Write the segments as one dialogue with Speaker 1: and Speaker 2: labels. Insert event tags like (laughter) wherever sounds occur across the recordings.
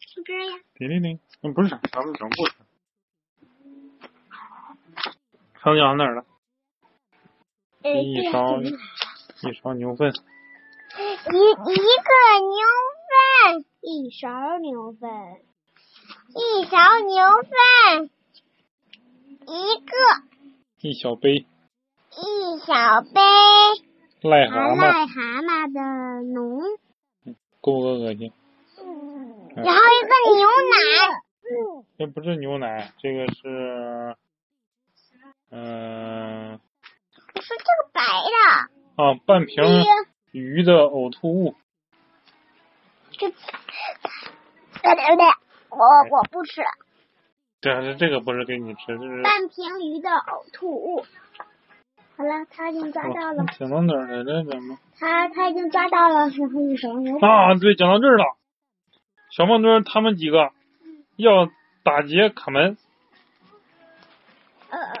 Speaker 1: 是这样。
Speaker 2: 叮铃铃，嗯，不是啥，咱们讲故事。还有讲哪儿了？
Speaker 1: 呃，
Speaker 2: 一
Speaker 1: 对
Speaker 2: 勺
Speaker 1: 嗯
Speaker 2: 一勺牛粪，
Speaker 1: 一一个牛粪，一勺牛粪，一勺牛粪，一个
Speaker 2: 一小杯
Speaker 1: 一小杯
Speaker 2: 癞蛤
Speaker 1: 含
Speaker 2: 蟆，
Speaker 1: 癞蛤蟆的脓，
Speaker 2: 够不够恶心？
Speaker 1: 然后一个牛奶，
Speaker 2: 这哎不是牛奶，这个是，嗯、
Speaker 1: 你说这个白的，
Speaker 2: 啊，半瓶
Speaker 1: 一
Speaker 2: 鱼的呕吐物，
Speaker 1: 这，对对对，我我不吃
Speaker 2: 但是啊这个不是给你吃，这是
Speaker 1: 半瓶鱼的呕吐物。好了，他已经抓到了
Speaker 2: 哦，讲到哪儿来着？咱们
Speaker 1: 他他已经抓到了，然后一勺牛粪。
Speaker 2: 啊，对，讲到这儿了。小胖墩儿他们几个要打劫卡门，
Speaker 1: 呃呃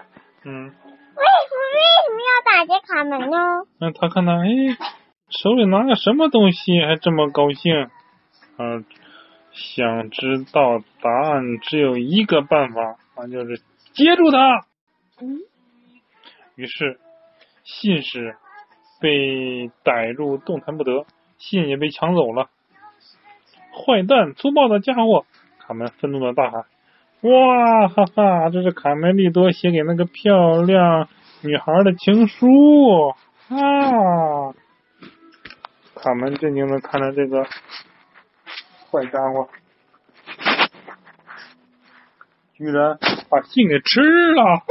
Speaker 2: 嗯，
Speaker 1: 为什么为什么要打劫卡门呢？
Speaker 2: 那他看他，哎，手里拿个什么东西，还这么高兴？啊，想知道答案只有一个办法，那就是接住他。
Speaker 1: 嗯，
Speaker 2: 于是，信使被逮住，动弹不得，信也被抢走了。坏蛋，粗暴的家伙！卡门愤怒的大喊：“哇哈哈！这是卡梅利多写给那个漂亮女孩的情书啊！”卡门震惊的看着这个坏家伙，居然把信给吃了。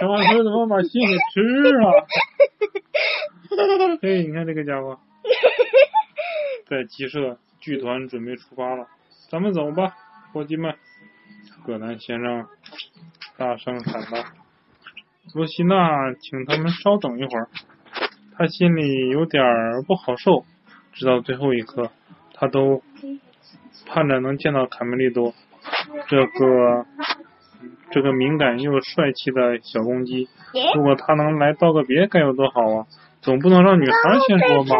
Speaker 2: 小马哥怎么把信给吃了？嘿，你看这个家伙，在鸡舍剧团准备出发了，咱们走吧，伙计们！葛南先生大声喊道：“罗西娜，请他们稍等一会儿。”他心里有点儿不好受，直到最后一刻，他都盼着能见到卡梅利多这个这个敏感又帅气的小公鸡。
Speaker 1: 耶
Speaker 2: 如果他能来道个别，该有多好啊！总不能让女孩先说吧？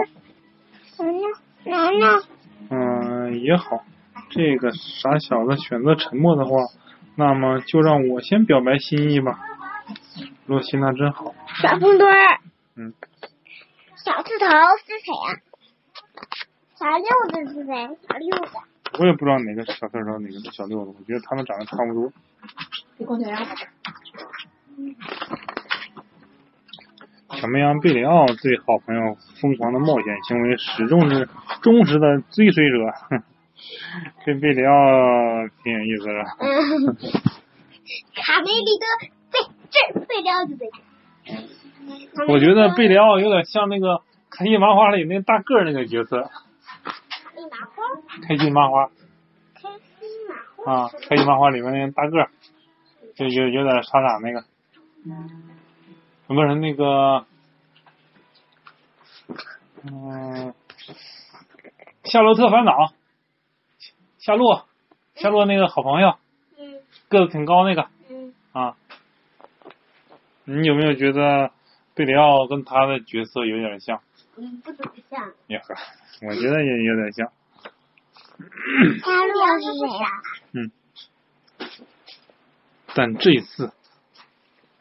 Speaker 1: 楠楠楠，
Speaker 2: 嗯，也好。这个傻小子选择沉默的话，那么就让我先表白心意吧。洛西娜真好，
Speaker 1: 小胖墩儿，
Speaker 2: 嗯，
Speaker 1: 小刺头是谁呀、小六子是谁？小六子，
Speaker 2: 我也不知道哪个是小刺头，哪个是小六子，我觉得他们长得差不多。
Speaker 3: 你光腿让我
Speaker 2: 小绵羊贝里奥对好朋友疯狂的冒险行为始终是忠实的追随者。哼这贝里奥挺有意思的。
Speaker 1: 嗯，卡梅利多被这被撩就被。
Speaker 2: 我觉得贝里奥有点像那个开心麻花里那大个儿那个角色，
Speaker 1: 卡梅麻花，
Speaker 2: 开心麻花
Speaker 1: 开心麻花
Speaker 2: 啊，开心麻花里面那个大个儿，就有有点傻傻那个，不是那个，嗯，夏洛特烦恼，夏洛，夏洛那个好朋友，
Speaker 1: 嗯
Speaker 2: 个子挺高那个
Speaker 1: 嗯，
Speaker 2: 啊，你有没有觉得贝里奥跟他的角色有点像？
Speaker 1: 嗯，不怎么像。
Speaker 2: 也和，我觉得也有点像。
Speaker 1: 他六是谁呀、
Speaker 2: 但这一次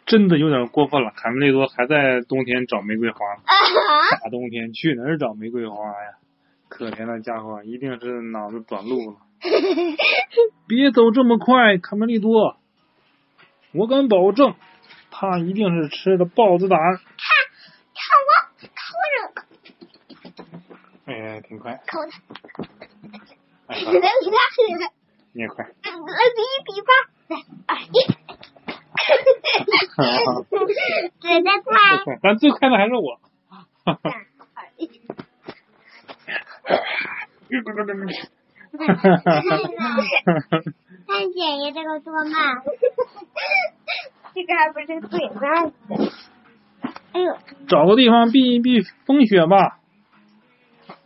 Speaker 2: 真的有点过分了。卡梅利多还在冬天找玫瑰花，
Speaker 1: 啊哈，
Speaker 2: 大冬天去哪儿找玫瑰花呀？可怜的家伙，一定是脑子短路了。别走这么快，卡梅利多，我敢保证，他一定是吃了豹子胆。
Speaker 1: 看我，看我这
Speaker 2: 哎，挺快，
Speaker 1: 口袋。
Speaker 2: 哎，
Speaker 1: 你看，你看。
Speaker 2: 你也快。
Speaker 1: 来比一比吧，来二一，对，再
Speaker 2: 最
Speaker 1: 快，
Speaker 2: 快，但最快的还是我。
Speaker 1: 三二一，看姐姐这个多慢，这个还不是最慢的，哎呦，
Speaker 2: 找个地方避一避风雪吧。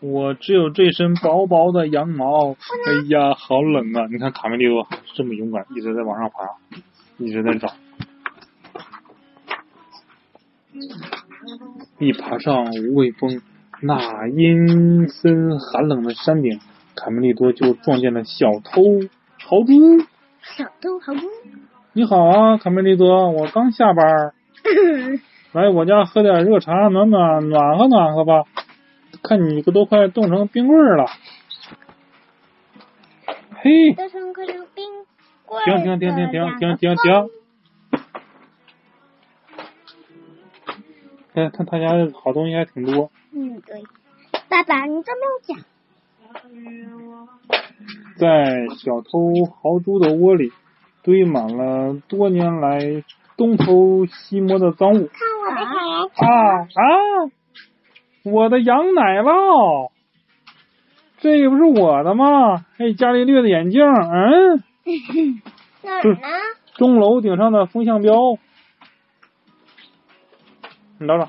Speaker 2: 我只有这身薄薄的羊毛，哎呀，好冷啊！你看卡梅利多这么勇敢，一直在往上爬，一直在找，一爬上无畏峰那阴森寒冷的山顶，卡梅利多就撞见了小偷豪猪。
Speaker 1: 小偷好不？
Speaker 2: 你好啊，卡梅利多，我刚下班儿，来我家喝点热茶，暖暖暖和暖和吧。看你都快冻成冰棍儿了。嘿，
Speaker 1: 都成块溜冰棍
Speaker 2: 停停停停停停停停！哎，他他家好东西还挺多。
Speaker 1: 嗯，对。爸爸，你都没有讲。
Speaker 2: 在小偷豪猪的窝里，堆满了多年来东偷西摸的赃物
Speaker 1: 看我的小羊
Speaker 2: 啊啊！我的羊奶酪，这不是我的吗？哎，伽利略的眼镜，嗯，
Speaker 1: 哪儿呢？
Speaker 2: 钟楼顶上的风向标，你等等，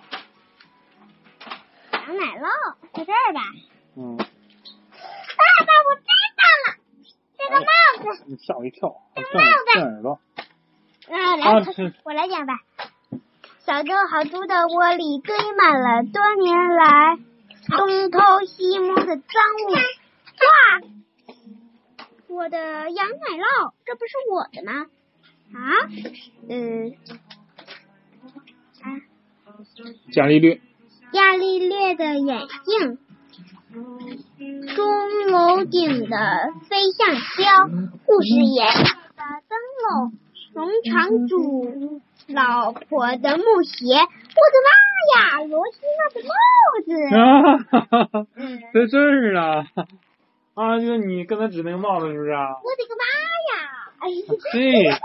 Speaker 1: 羊奶酪在这儿吧。
Speaker 2: 嗯，
Speaker 1: 爸爸，我知道了，这个帽子。
Speaker 2: 你吓我一跳，
Speaker 1: 这
Speaker 2: 震
Speaker 1: 帽子
Speaker 2: 震耳朵，
Speaker 1: 啊，
Speaker 2: 啊
Speaker 1: 来
Speaker 2: 是，
Speaker 1: 我来讲吧。小周豪猪的窝里堆满了多年来东偷西摸的赃物。哇！我的羊奶酪，这不是我的吗？啊？嗯。啊，
Speaker 2: 伽 (laughs) 利略，
Speaker 1: 伽利略的眼镜，钟楼顶的飞向标，护士爷的灯笼，农场主老婆的木鞋，我的妈呀，罗西娜的帽子，
Speaker 2: 啊哈哈哈，
Speaker 1: 嗯，
Speaker 2: 在这儿啊，啊，就你刚才指那个帽子是不是啊？
Speaker 1: 我的个妈呀，哎
Speaker 2: 嘿
Speaker 1: 呀，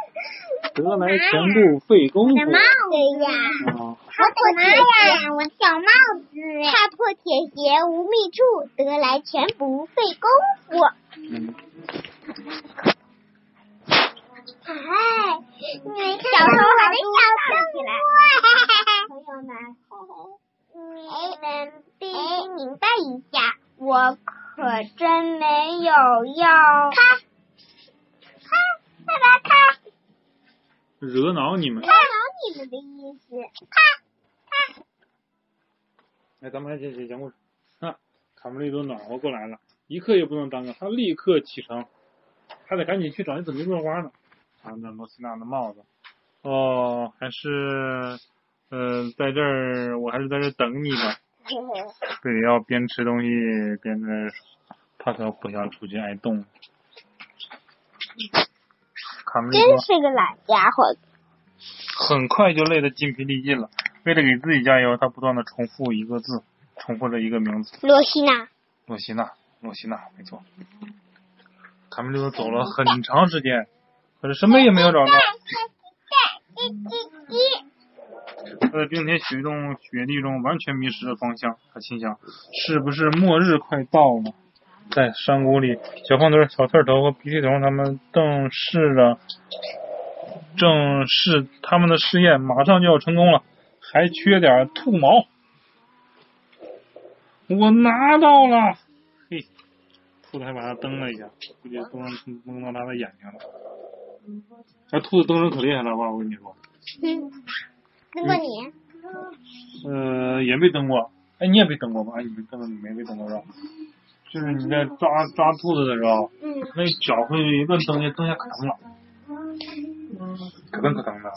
Speaker 2: 得来全不费
Speaker 1: 我
Speaker 2: 工
Speaker 1: 的
Speaker 2: 夫
Speaker 1: 帽子呀。
Speaker 2: 啊，
Speaker 1: 我的妈呀！我小帽子，踏破铁鞋无觅处，得来全不费功夫。
Speaker 2: 嗯，
Speaker 1: 哎，你们小时候还没想起来。朋友们，你们必须明白一下，我可真没有要。看，看，爸爸看，
Speaker 2: 惹恼你们
Speaker 1: 看。到你们的意思。看，看，
Speaker 2: 哎，咱们来讲讲讲故事。啊，卡梅利多暖和过来了，一刻也不能耽搁，他立刻启程，还得赶紧去找那紫玫瑰花呢。啊，那罗西娜的帽子。哦，还是，呃，在这儿，我还是在这儿等你吧。非得要边吃东西边在那儿，他可不想出去挨冻。卡梅利多
Speaker 1: 真是个懒家伙。
Speaker 2: 很快就累得筋疲力尽了。为了给自己加油，他不断的重复一个字，重复着一个名字。
Speaker 1: 罗西娜，
Speaker 2: 洛西娜，洛西娜，没错。卡梅利多走了很长时间，可是什么也没有找到。他在冰天雪中、雪地中完全迷失了方向。他心想，是不是末日快到了？在山谷里，小胖墩、小刺头和鼻涕虫他们正试着，正是他们的试验马上就要成功了，还缺点兔毛。我拿到了，嘿，兔子还把它蹬了一下，估计蹬蹬到他的眼睛了。那、兔子蹬人可厉害了吧？我跟你说，
Speaker 1: 嗯，那么你，
Speaker 2: 呃，也没蹬过。哎，你也没蹬过吧？哎，你根本没没蹬过是吧？就是你在抓抓兔子的时候，
Speaker 1: 嗯，
Speaker 2: 那脚会乱蹬，一蹬一下可疼了，可疼可疼的。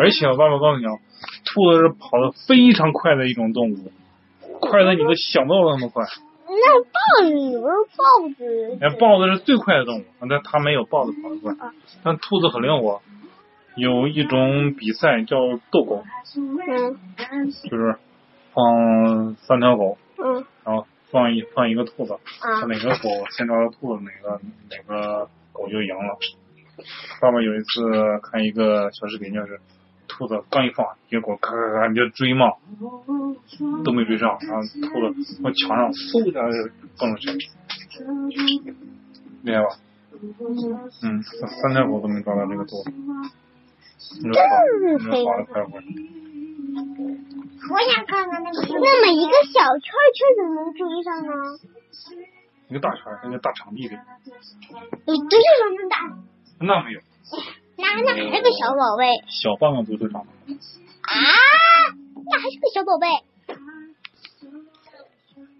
Speaker 2: 而且我爸爸告诉你啊，兔子是跑得非常快的一种动物，快的你都想不到那么快。
Speaker 1: 那豹子不是豹子？
Speaker 2: 哎，豹子是最快的动物，但它没有豹子跑得快
Speaker 1: 啊。
Speaker 2: 但兔子很灵活，有一种比赛叫斗狗，
Speaker 1: 嗯
Speaker 2: 就是放三条狗，
Speaker 1: 嗯
Speaker 2: 然后放一放一个兔子，
Speaker 1: 啊
Speaker 2: 看哪个狗先抓到兔子，哪个哪个狗就赢了。爸爸有一次看一个小视频，就是兔子刚一放，一个狗咔咔咔你就追嘛，都没追上，然后兔子从墙上嗖一下就蹦出去，厉害吧？嗯，三条狗都没抓到这个兔子，你就跑，你就跑了快快。
Speaker 1: 我想看看那个。那么一个小圈圈怎么能追上呢？
Speaker 2: 一个大圈儿，那个大场地里，
Speaker 1: 你追上能打？
Speaker 2: 那没有，
Speaker 1: 那那还是个小宝贝
Speaker 2: 小半个足球场。
Speaker 1: 啊！那还是个小宝贝。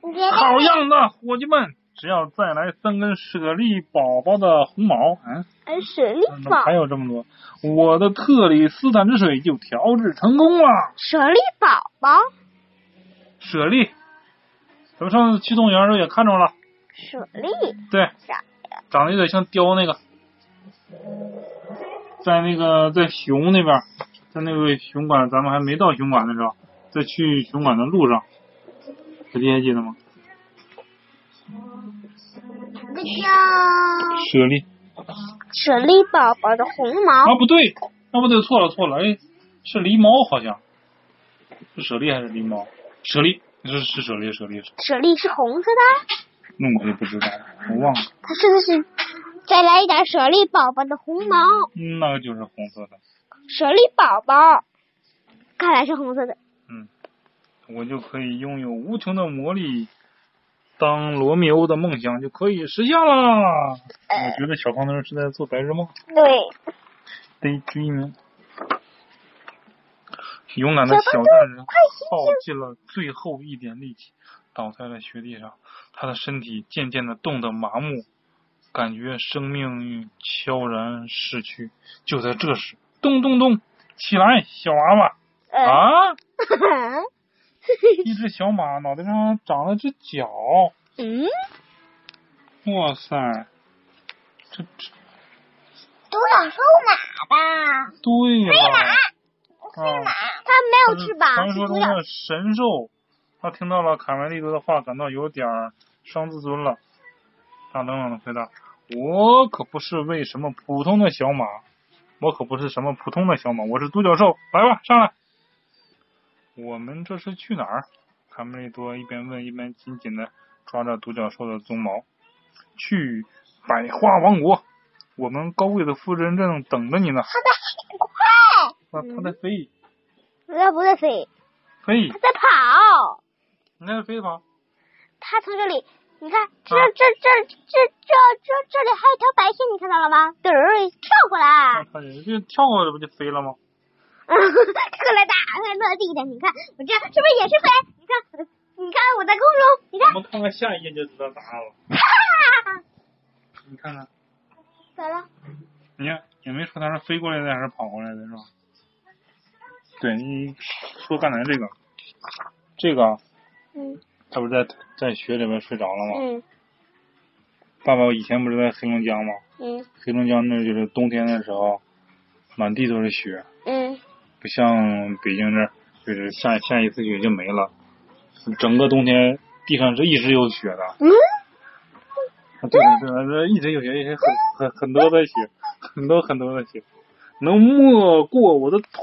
Speaker 1: 你别
Speaker 2: 好样的，伙计们，只要再来三根舍利宝宝的红毛，嗯，
Speaker 1: 哎，舍利
Speaker 2: 嗯
Speaker 1: 宝
Speaker 2: (laughs) 还，有这么多，我的特里斯坦之水就调制成功了。
Speaker 1: 舍利宝宝，
Speaker 2: 舍利，咱们上次去动物园的时候也看着了，
Speaker 1: 舍利
Speaker 2: 对，
Speaker 1: 啥呀？
Speaker 2: 长得有点像雕那个，在那个在熊那边，在那个熊馆，咱们还没到熊馆的时候，在去熊馆的路上，小弟还记得吗？
Speaker 1: 这叫
Speaker 2: 舍利
Speaker 1: 舍利宝宝的红
Speaker 2: 啊，
Speaker 1: 毛，
Speaker 2: 不对，啊不对，错了错了，哎，是狸猫好像，是舍利还是狸猫？舍利是是舍利舍利，
Speaker 1: 舍利是红色的，
Speaker 2: 那我也不知道，我忘了，
Speaker 1: 它是不是？再来一点舍利宝宝的红毛，
Speaker 2: 嗯那个就是红色的，
Speaker 1: 舍利宝宝，看来是红色的。
Speaker 2: 嗯，我就可以拥有无穷的魔力，当罗密欧的梦想就可以实现啦。我觉得小胖墩儿是在做白日梦
Speaker 1: 对，
Speaker 2: ，daydreaming。勇敢的
Speaker 1: 小
Speaker 2: 小
Speaker 1: 胖墩
Speaker 2: 战士
Speaker 1: 快醒
Speaker 2: 耗尽了最后一点力气，倒在了雪地上，他的身体渐渐的冻得麻木，感觉生命悄然逝去。就在这时，咚咚咚，起来，小娃娃
Speaker 1: 呃，
Speaker 2: 啊！一只小马脑袋上长了只角，
Speaker 1: (laughs) 嗯，
Speaker 2: 哇塞，这这
Speaker 1: 独角兽马吧，
Speaker 2: 对呀、啊，
Speaker 1: 它没有翅膀，
Speaker 2: 传
Speaker 1: 是
Speaker 2: 嗯说
Speaker 1: 独
Speaker 2: 中
Speaker 1: 角
Speaker 2: 的神兽，他听到了卡梅利多的话，感到有点儿伤自尊了。他冷冷的回答：“我可不是为什么普通的小马，我可不是什么普通的小马，我是独角兽。来吧，上来。”我们这是去哪儿？卡梅利多一边问，一边紧紧的抓着独角兽的鬃毛。去百花王国，我们高贵的夫人正等着你呢。它在快，它
Speaker 1: 嗯
Speaker 2: 在飞
Speaker 1: 它不在飞，
Speaker 2: 飞
Speaker 1: 它，在跑。
Speaker 2: 你在飞吧。
Speaker 1: 它从这里，你看这
Speaker 2: 啊
Speaker 1: 这这这这这这里还有一条白线，你看到了吗？嘚儿跳过 (laughs) 来，
Speaker 2: 看见就跳过来不就飞了吗？
Speaker 1: 特来大，特落地的。你看我这样是不是也是飞？你看我的，你看我在空中，你看，
Speaker 2: 们看看下一页就知道答案了。嗯
Speaker 1: (laughs) 哈哈，
Speaker 2: 你看看，
Speaker 1: 咋了？
Speaker 2: 你看也没说它是飞过来的还是跑过来的，是吧？对，你说刚才这个，这个
Speaker 1: 嗯
Speaker 2: 他不是在在雪里边睡着了吗？
Speaker 1: 嗯
Speaker 2: 爸爸以前不是在黑龙江吗？
Speaker 1: 嗯
Speaker 2: 黑龙江那就是冬天的时候，满地都是雪，
Speaker 1: 嗯
Speaker 2: 不像北京这儿，就是下下一次雪就没了，整个冬天地上是一直有雪的。
Speaker 1: 嗯，
Speaker 2: 啊 (laughs) 对的对的，这一直有些些很很很多的血，很多很多的血，能没过我的腿，
Speaker 1: 它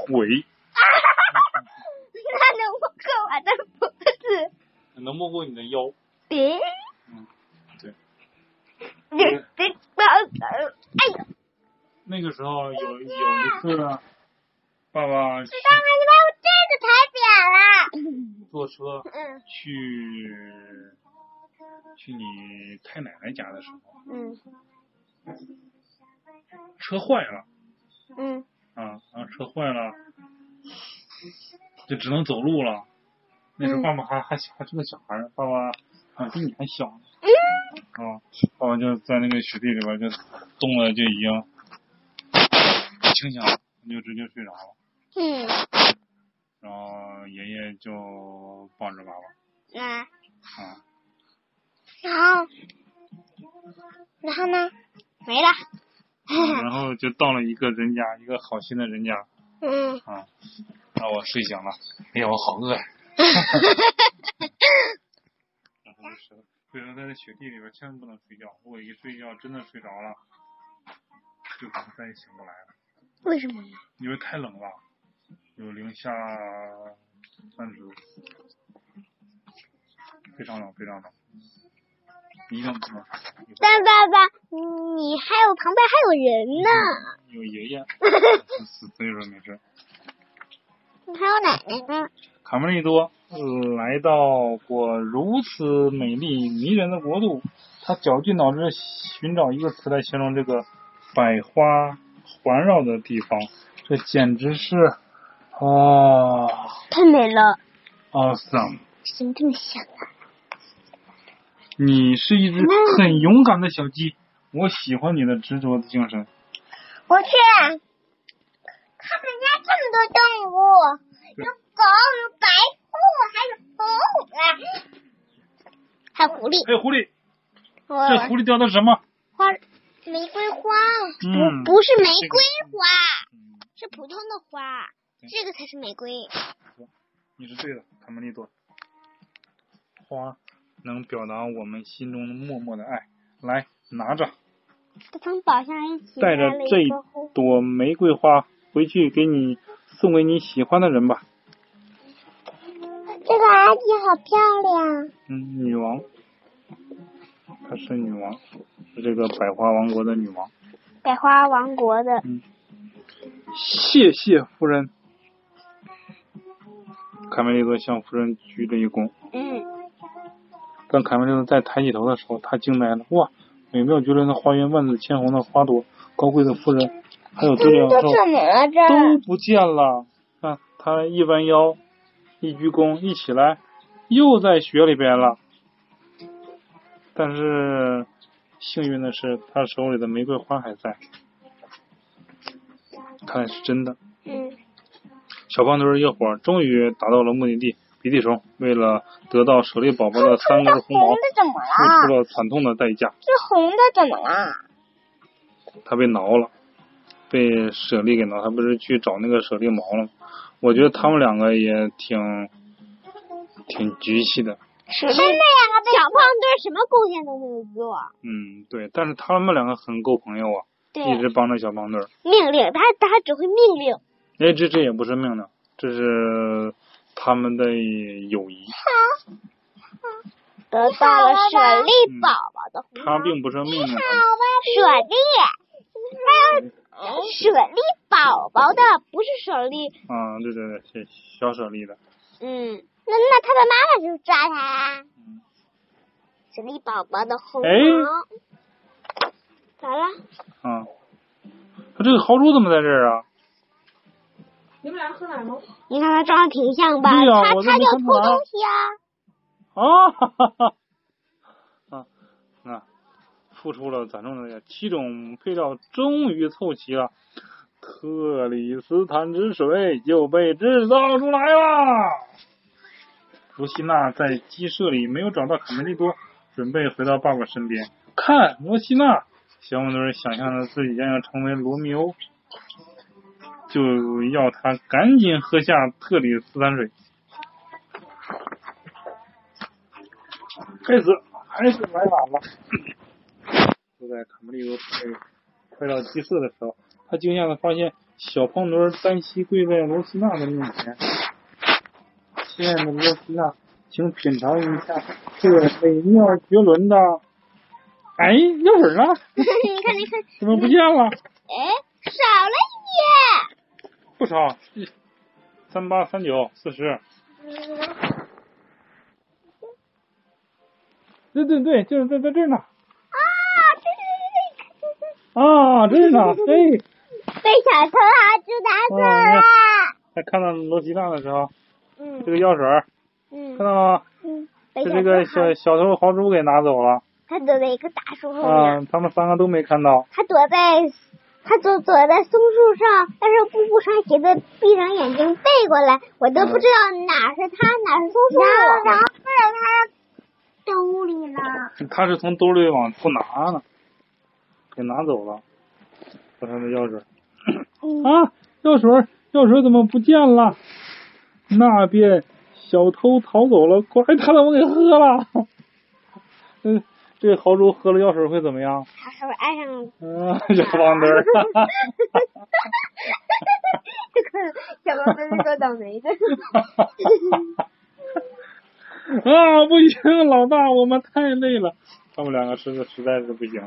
Speaker 1: 能摸过我的脖子，
Speaker 2: 能没过你的腰。
Speaker 1: 别，
Speaker 2: 嗯对
Speaker 1: 别别不好搞，哎呦，
Speaker 2: 那个时候有有一次，爸爸去
Speaker 1: 知道吗？你把我这个踩扁了。
Speaker 2: 坐车
Speaker 1: 嗯
Speaker 2: 去去你太奶奶家的时候，
Speaker 1: 嗯
Speaker 2: 车坏了
Speaker 1: 嗯
Speaker 2: 啊，然后车坏了，就只能走路了。那时候
Speaker 1: 嗯
Speaker 2: 爸爸还还小还是个小孩儿，爸爸啊比你还小呢。
Speaker 1: 嗯，
Speaker 2: 啊，爸爸就在那个雪地里边就冻的就已经清醒了，就直接睡着了。
Speaker 1: 嗯，
Speaker 2: 然后爷爷就抱着爸爸
Speaker 1: 那 (laughs)
Speaker 2: 啊，
Speaker 1: 然后，然后呢？没了。
Speaker 2: 然后就到了一个人家，一个好心的人家
Speaker 1: 嗯，
Speaker 2: 啊，让我睡醒了，哎呀，我好饿呀。然后就吃了，为什么在那雪地里边千万不能睡觉？我一睡觉真的睡着了，就可能再也醒不来了。
Speaker 1: 为什么呢？
Speaker 2: 因为太冷了，有零下三十度，非常冷，非常冷，一定不能
Speaker 1: 但爸爸，你还有旁边还有人呢，
Speaker 2: 有爷爷，所以说没事。
Speaker 1: 你还有奶奶呢。
Speaker 2: 卡梅利多呃来到过如此美丽迷人的国度，他绞尽脑汁寻找一个词来形容这个百花环绕的地方，这简直是啊
Speaker 1: 太美了，
Speaker 2: ，awesome！
Speaker 1: 怎么这么想啊？
Speaker 2: 你是一只
Speaker 1: 嗯
Speaker 2: 很勇敢的小鸡，我喜欢你的执着的精神。哎
Speaker 1: 我去，看人家这么多动物，有狗，有白兔，还有猴子，还有狐狸。
Speaker 2: 哎，狐狸，
Speaker 1: 我
Speaker 2: 这狐狸掉的什么？
Speaker 1: 花玫瑰花，
Speaker 2: 嗯
Speaker 1: 不不是玫
Speaker 2: 这个
Speaker 1: 瑰花，
Speaker 2: 嗯
Speaker 1: 是普通的花，
Speaker 2: 对
Speaker 1: 这个才是玫瑰。
Speaker 2: 你是对的，卡梅利多。花能表达我们心中的默默的爱。来，拿着，
Speaker 1: 他从宝箱里取
Speaker 2: 带着
Speaker 1: 来了
Speaker 2: 这
Speaker 1: 一个花
Speaker 2: 朵玫瑰花回去给你送给你喜欢的人吧。
Speaker 1: 这个阿迪好漂亮，
Speaker 2: 嗯，女王，她是女王，是这个百花王国的女王。
Speaker 1: 百花王国的。
Speaker 2: 谢谢夫人。卡梅利多向夫人鞠了一躬。
Speaker 1: 嗯，
Speaker 2: 当卡梅利多在抬起头的时候，他惊呆了。哇，美妙绝伦的花园，万紫千红的花朵，高贵的夫人，还有
Speaker 1: 这
Speaker 2: 独角兽
Speaker 1: 么了这
Speaker 2: 都不见了。看、他一弯腰，一鞠躬，一起来，又在雪里边了。但是幸运的是，他手里的玫瑰花还在。看来是真的。
Speaker 1: 嗯，
Speaker 2: 小胖墩儿一伙儿终于达到了目的地——鼻涕虫。为了得到舍利宝宝的三根
Speaker 1: (laughs)
Speaker 2: 红毛，
Speaker 1: 怎么
Speaker 2: 付出？了惨痛的代价。
Speaker 1: 这红的怎么了？
Speaker 2: 他被挠了，被舍利给挠。他不是去找那个舍利毛了吗？我觉得他们两个也挺挺局气的。
Speaker 1: 他们两个小胖墩什么贡献都没有做，
Speaker 2: 嗯，对，但是他们两个很够朋友啊，
Speaker 1: 对，
Speaker 2: 一直帮着小胖墩儿。
Speaker 1: 命令他他只会命令。
Speaker 2: 哎，这这也不是命令，这是他们的友谊。
Speaker 1: 得到了舍利宝宝的红
Speaker 2: 他并不是命令啊他们。
Speaker 1: 舍利，还有舍利宝宝的，不是舍利。
Speaker 2: 啊，对对对，小小舍利的。
Speaker 1: 嗯，那那他的妈妈就抓他啦。舍利宝宝的红毛。咋了？
Speaker 2: 啊，他这个豪猪怎么在这儿啊？
Speaker 3: 你们俩喝奶吗？
Speaker 1: 你看他装的挺像吧？
Speaker 2: 对呀
Speaker 1: 他
Speaker 2: 我都
Speaker 1: 他
Speaker 2: 没
Speaker 1: 就
Speaker 2: 看
Speaker 1: 偷
Speaker 2: 出来
Speaker 1: 东西啊。
Speaker 2: (laughs) 啊，哈哈哈，啊，啊，付出了惨重的代价，七种配料终于凑齐了，特里斯坦之水就被制造出来了。卢西娜在鸡舍里没有找到卡梅利多，准备回到爸爸身边。看，罗西娜，小胖墩儿想象着自己将要成为罗密欧，就要他赶紧喝下特里斯坦水。开始还是来晚了。就在卡梅利多快快到鸡舍的时候，他惊讶的发现小胖墩儿单膝跪在罗西娜的面前。亲爱的罗西娜，请品尝一下这美妙绝伦的。哎，药水呢？
Speaker 1: 你看，你看，
Speaker 2: 怎么不见了？
Speaker 1: 哎，少了一点。
Speaker 2: 不少，三八、三九、四十。对对对，就是在在这儿呢。
Speaker 1: 啊，对对对对对。
Speaker 2: 啊，这儿呢，嘿。
Speaker 1: 被小偷豪猪拿走了。
Speaker 2: 在看到罗吉娜的时候，这
Speaker 1: 嗯
Speaker 2: 个药水儿看
Speaker 1: 嗯
Speaker 2: 到了吗？
Speaker 1: 嗯，被
Speaker 2: 被
Speaker 1: 小
Speaker 2: 这个
Speaker 1: 偷
Speaker 2: 小小偷豪猪给拿走了。
Speaker 1: 他躲在一个大树后
Speaker 2: 啊、
Speaker 1: 面，
Speaker 2: 他们三个都没看到。
Speaker 1: 他躲在他躲躲在松树上，但是步步穿鞋的闭上眼睛背过来，我都不知道哪是他哪是松树。然后被他兜里了。
Speaker 2: (laughs) 他是从兜里往出拿呢，给拿走了。我看这钥匙
Speaker 1: 嗯，
Speaker 2: 啊，药水儿，药水儿怎么不见了？那边小偷逃走了，快他怎么给喝了？ (laughs) 嗯，这豪猪喝了药水儿会怎么样？
Speaker 1: (laughs)
Speaker 2: (laughs)
Speaker 1: 他是不是爱上了？ (laughs)
Speaker 2: 嗯，小胖墩儿。
Speaker 1: 这个小哥哥是个倒霉的。
Speaker 2: (laughs) 啊，不行，老大，我们太累了。他们两个实在实在是不行，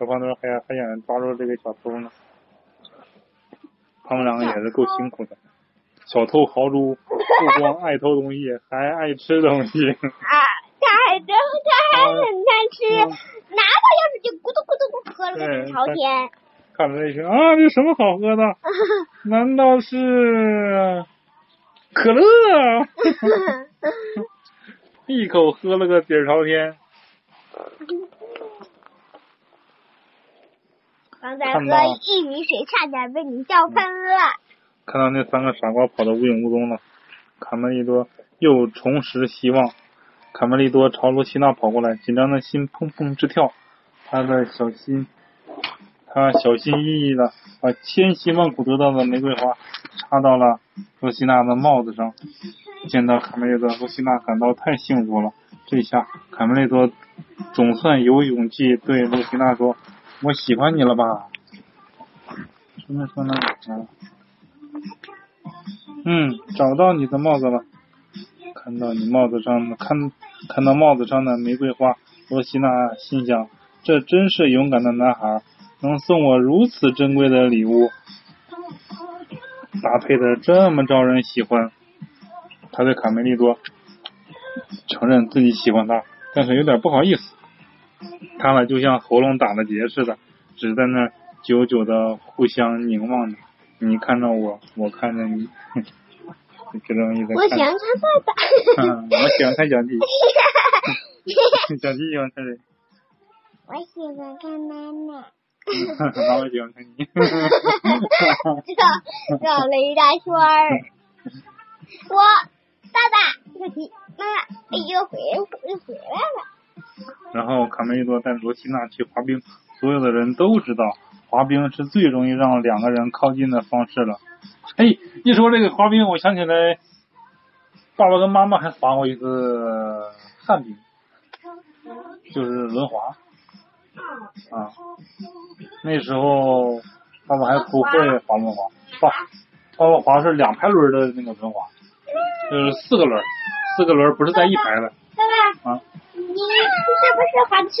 Speaker 2: 小胖墩还想还想抓住这个小偷呢。他们两个也是够辛苦的。小偷豪猪不光爱偷东西，还爱吃东西。 (laughs)
Speaker 1: 啊，他还真，他还很贪吃，
Speaker 2: 嗯
Speaker 1: 拿到钥匙就咕嘟咕嘟咕喝了个
Speaker 2: 对
Speaker 1: 底朝天。
Speaker 2: 看了一瓶啊，这什么好喝的？难道是可乐？ (laughs) 一口喝了个底儿朝天。
Speaker 3: (laughs) 刚才
Speaker 2: 看到
Speaker 3: 喝薏米水差点被你笑喷了。
Speaker 2: 看到那三个傻瓜跑得无影无踪了，卡梅利多又重拾希望。卡梅利多朝罗西娜跑过来，紧张的心砰砰直跳。他的小心，他小心翼翼的把千辛万苦得到的玫瑰花插到了罗西娜的帽子上。见到卡梅利多，罗西娜感到太幸福了。这下，卡梅利多总算有勇气对罗西娜说：“我喜欢你了吧？”什么说呢？啊嗯，找到你的帽子了。看到你帽子上的看看到帽子上的玫瑰花，罗西娜心想：这真是勇敢的男孩，能送我如此珍贵的礼物，搭配的这么招人喜欢。他对卡梅利多承认自己喜欢他，但是有点不好意思。他俩就像喉咙打了结似的，只在那儿久久的互相凝望着，你看着我，我看着你， (laughs) 就这么一个。
Speaker 3: 我喜欢看
Speaker 2: (laughs)
Speaker 3: 爸爸。
Speaker 2: 嗯，我喜欢看小弟，小弟喜欢看谁？
Speaker 3: 我喜欢看
Speaker 2: (laughs)
Speaker 3: 妈
Speaker 2: 妈妈
Speaker 3: 妈。
Speaker 2: 喜欢看你。
Speaker 3: 绕绕了一大圈儿。
Speaker 2: 嗯
Speaker 3: 我爸爸，小题妈妈，哎呦，回又回来了。
Speaker 2: 然后卡梅利多带罗西娜去滑冰，所有的人都知道，滑冰是最容易让两个人靠近的方式了。哎，一说这个滑冰，我想起来，爸爸跟妈妈还滑过一次旱冰，就是轮滑啊。那时候爸爸还不会滑轮滑，爸爸爸滑是两排轮的那个轮滑，就是四个轮，四个轮不是在一排的
Speaker 3: 爸爸，
Speaker 2: 啊。
Speaker 3: 你是不是还是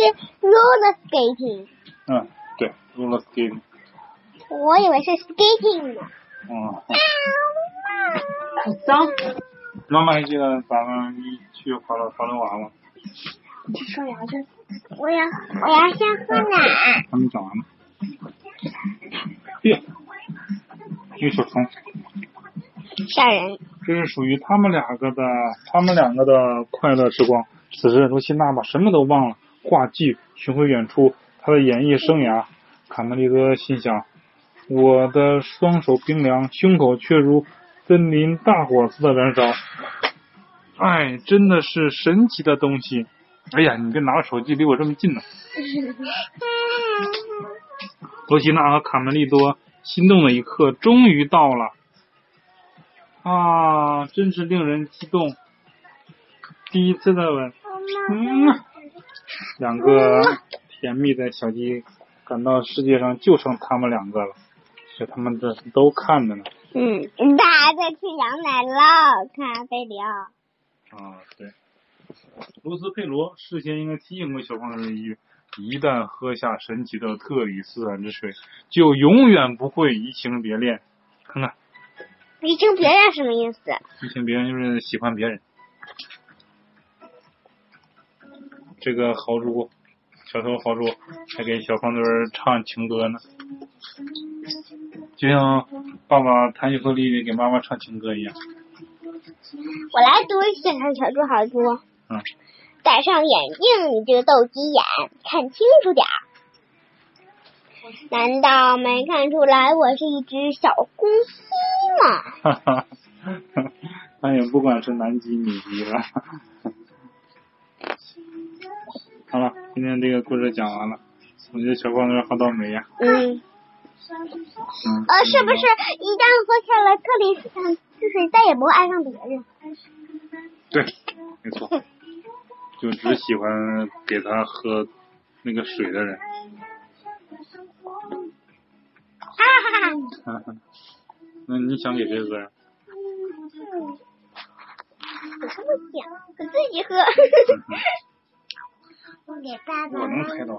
Speaker 3: roller skating？
Speaker 2: 嗯，对，roller skating。
Speaker 3: 我以为是 skating
Speaker 2: (laughs)
Speaker 3: 呢。
Speaker 2: 嗯，
Speaker 4: 脏，
Speaker 2: 妈妈还记得咱们一去滑轮滑轮娃吗？
Speaker 4: 你去刷牙去。
Speaker 3: 我要我要先喝奶。
Speaker 2: 还没讲完呢。哎呀，一个小虫，
Speaker 3: 吓人！
Speaker 2: 这是属于他们两个的，他们两个的快乐时光。此时，罗西娜把什么都忘了，话剧巡回演出，她的演艺生涯。卡梅利多心想：我的双手冰凉，胸口却如森林大火似的燃烧。哎，真的是神奇的东西！哎呀，你别拿着手机离我这么近呢。罗西娜和卡梅利多心动的一刻终于到了。啊，真是令人激动！第一次的吻，嗯，两个甜蜜的小鸡感到世界上就剩他们两个了，这他们这都看着呢。
Speaker 3: 嗯，大家再去羊奶酪、咖啡哦聊。
Speaker 2: 啊，对。罗斯佩罗事先应该提醒过小胖人一句：一旦喝下神奇的特里斯坦之水，就永远不会移情别恋。看看，
Speaker 3: 你听别人什么意思？
Speaker 2: 以前别人就是喜欢别人。这个豪猪，小头豪猪还给小胖墩儿唱情歌呢，就像爸爸弹尤克里里给妈妈唱情歌一样。 (laughs)
Speaker 3: 我来读一下小猪好猪。
Speaker 2: 嗯，
Speaker 3: 戴上眼镜，你这个斗鸡眼，看清楚点儿。难道没看出来我是一只小公鸡吗？
Speaker 2: 哈哈，他也哎不管是男鸡女鸡了。好了，今天这个故事讲完了，我觉得小胖墩儿好倒霉呀、
Speaker 3: 嗯，
Speaker 2: 嗯，
Speaker 3: 呃，是不是一旦喝下了克里斯坦之水，再也不会爱上别人？
Speaker 2: 对，没错，就只喜欢给他喝那个水的人。 (laughs)
Speaker 3: 哈哈哈！
Speaker 2: 那你想给谁喝呀？
Speaker 3: 嗯我 (laughs) 这么想，我自己喝。我给爸
Speaker 2: 嗯我能猜到。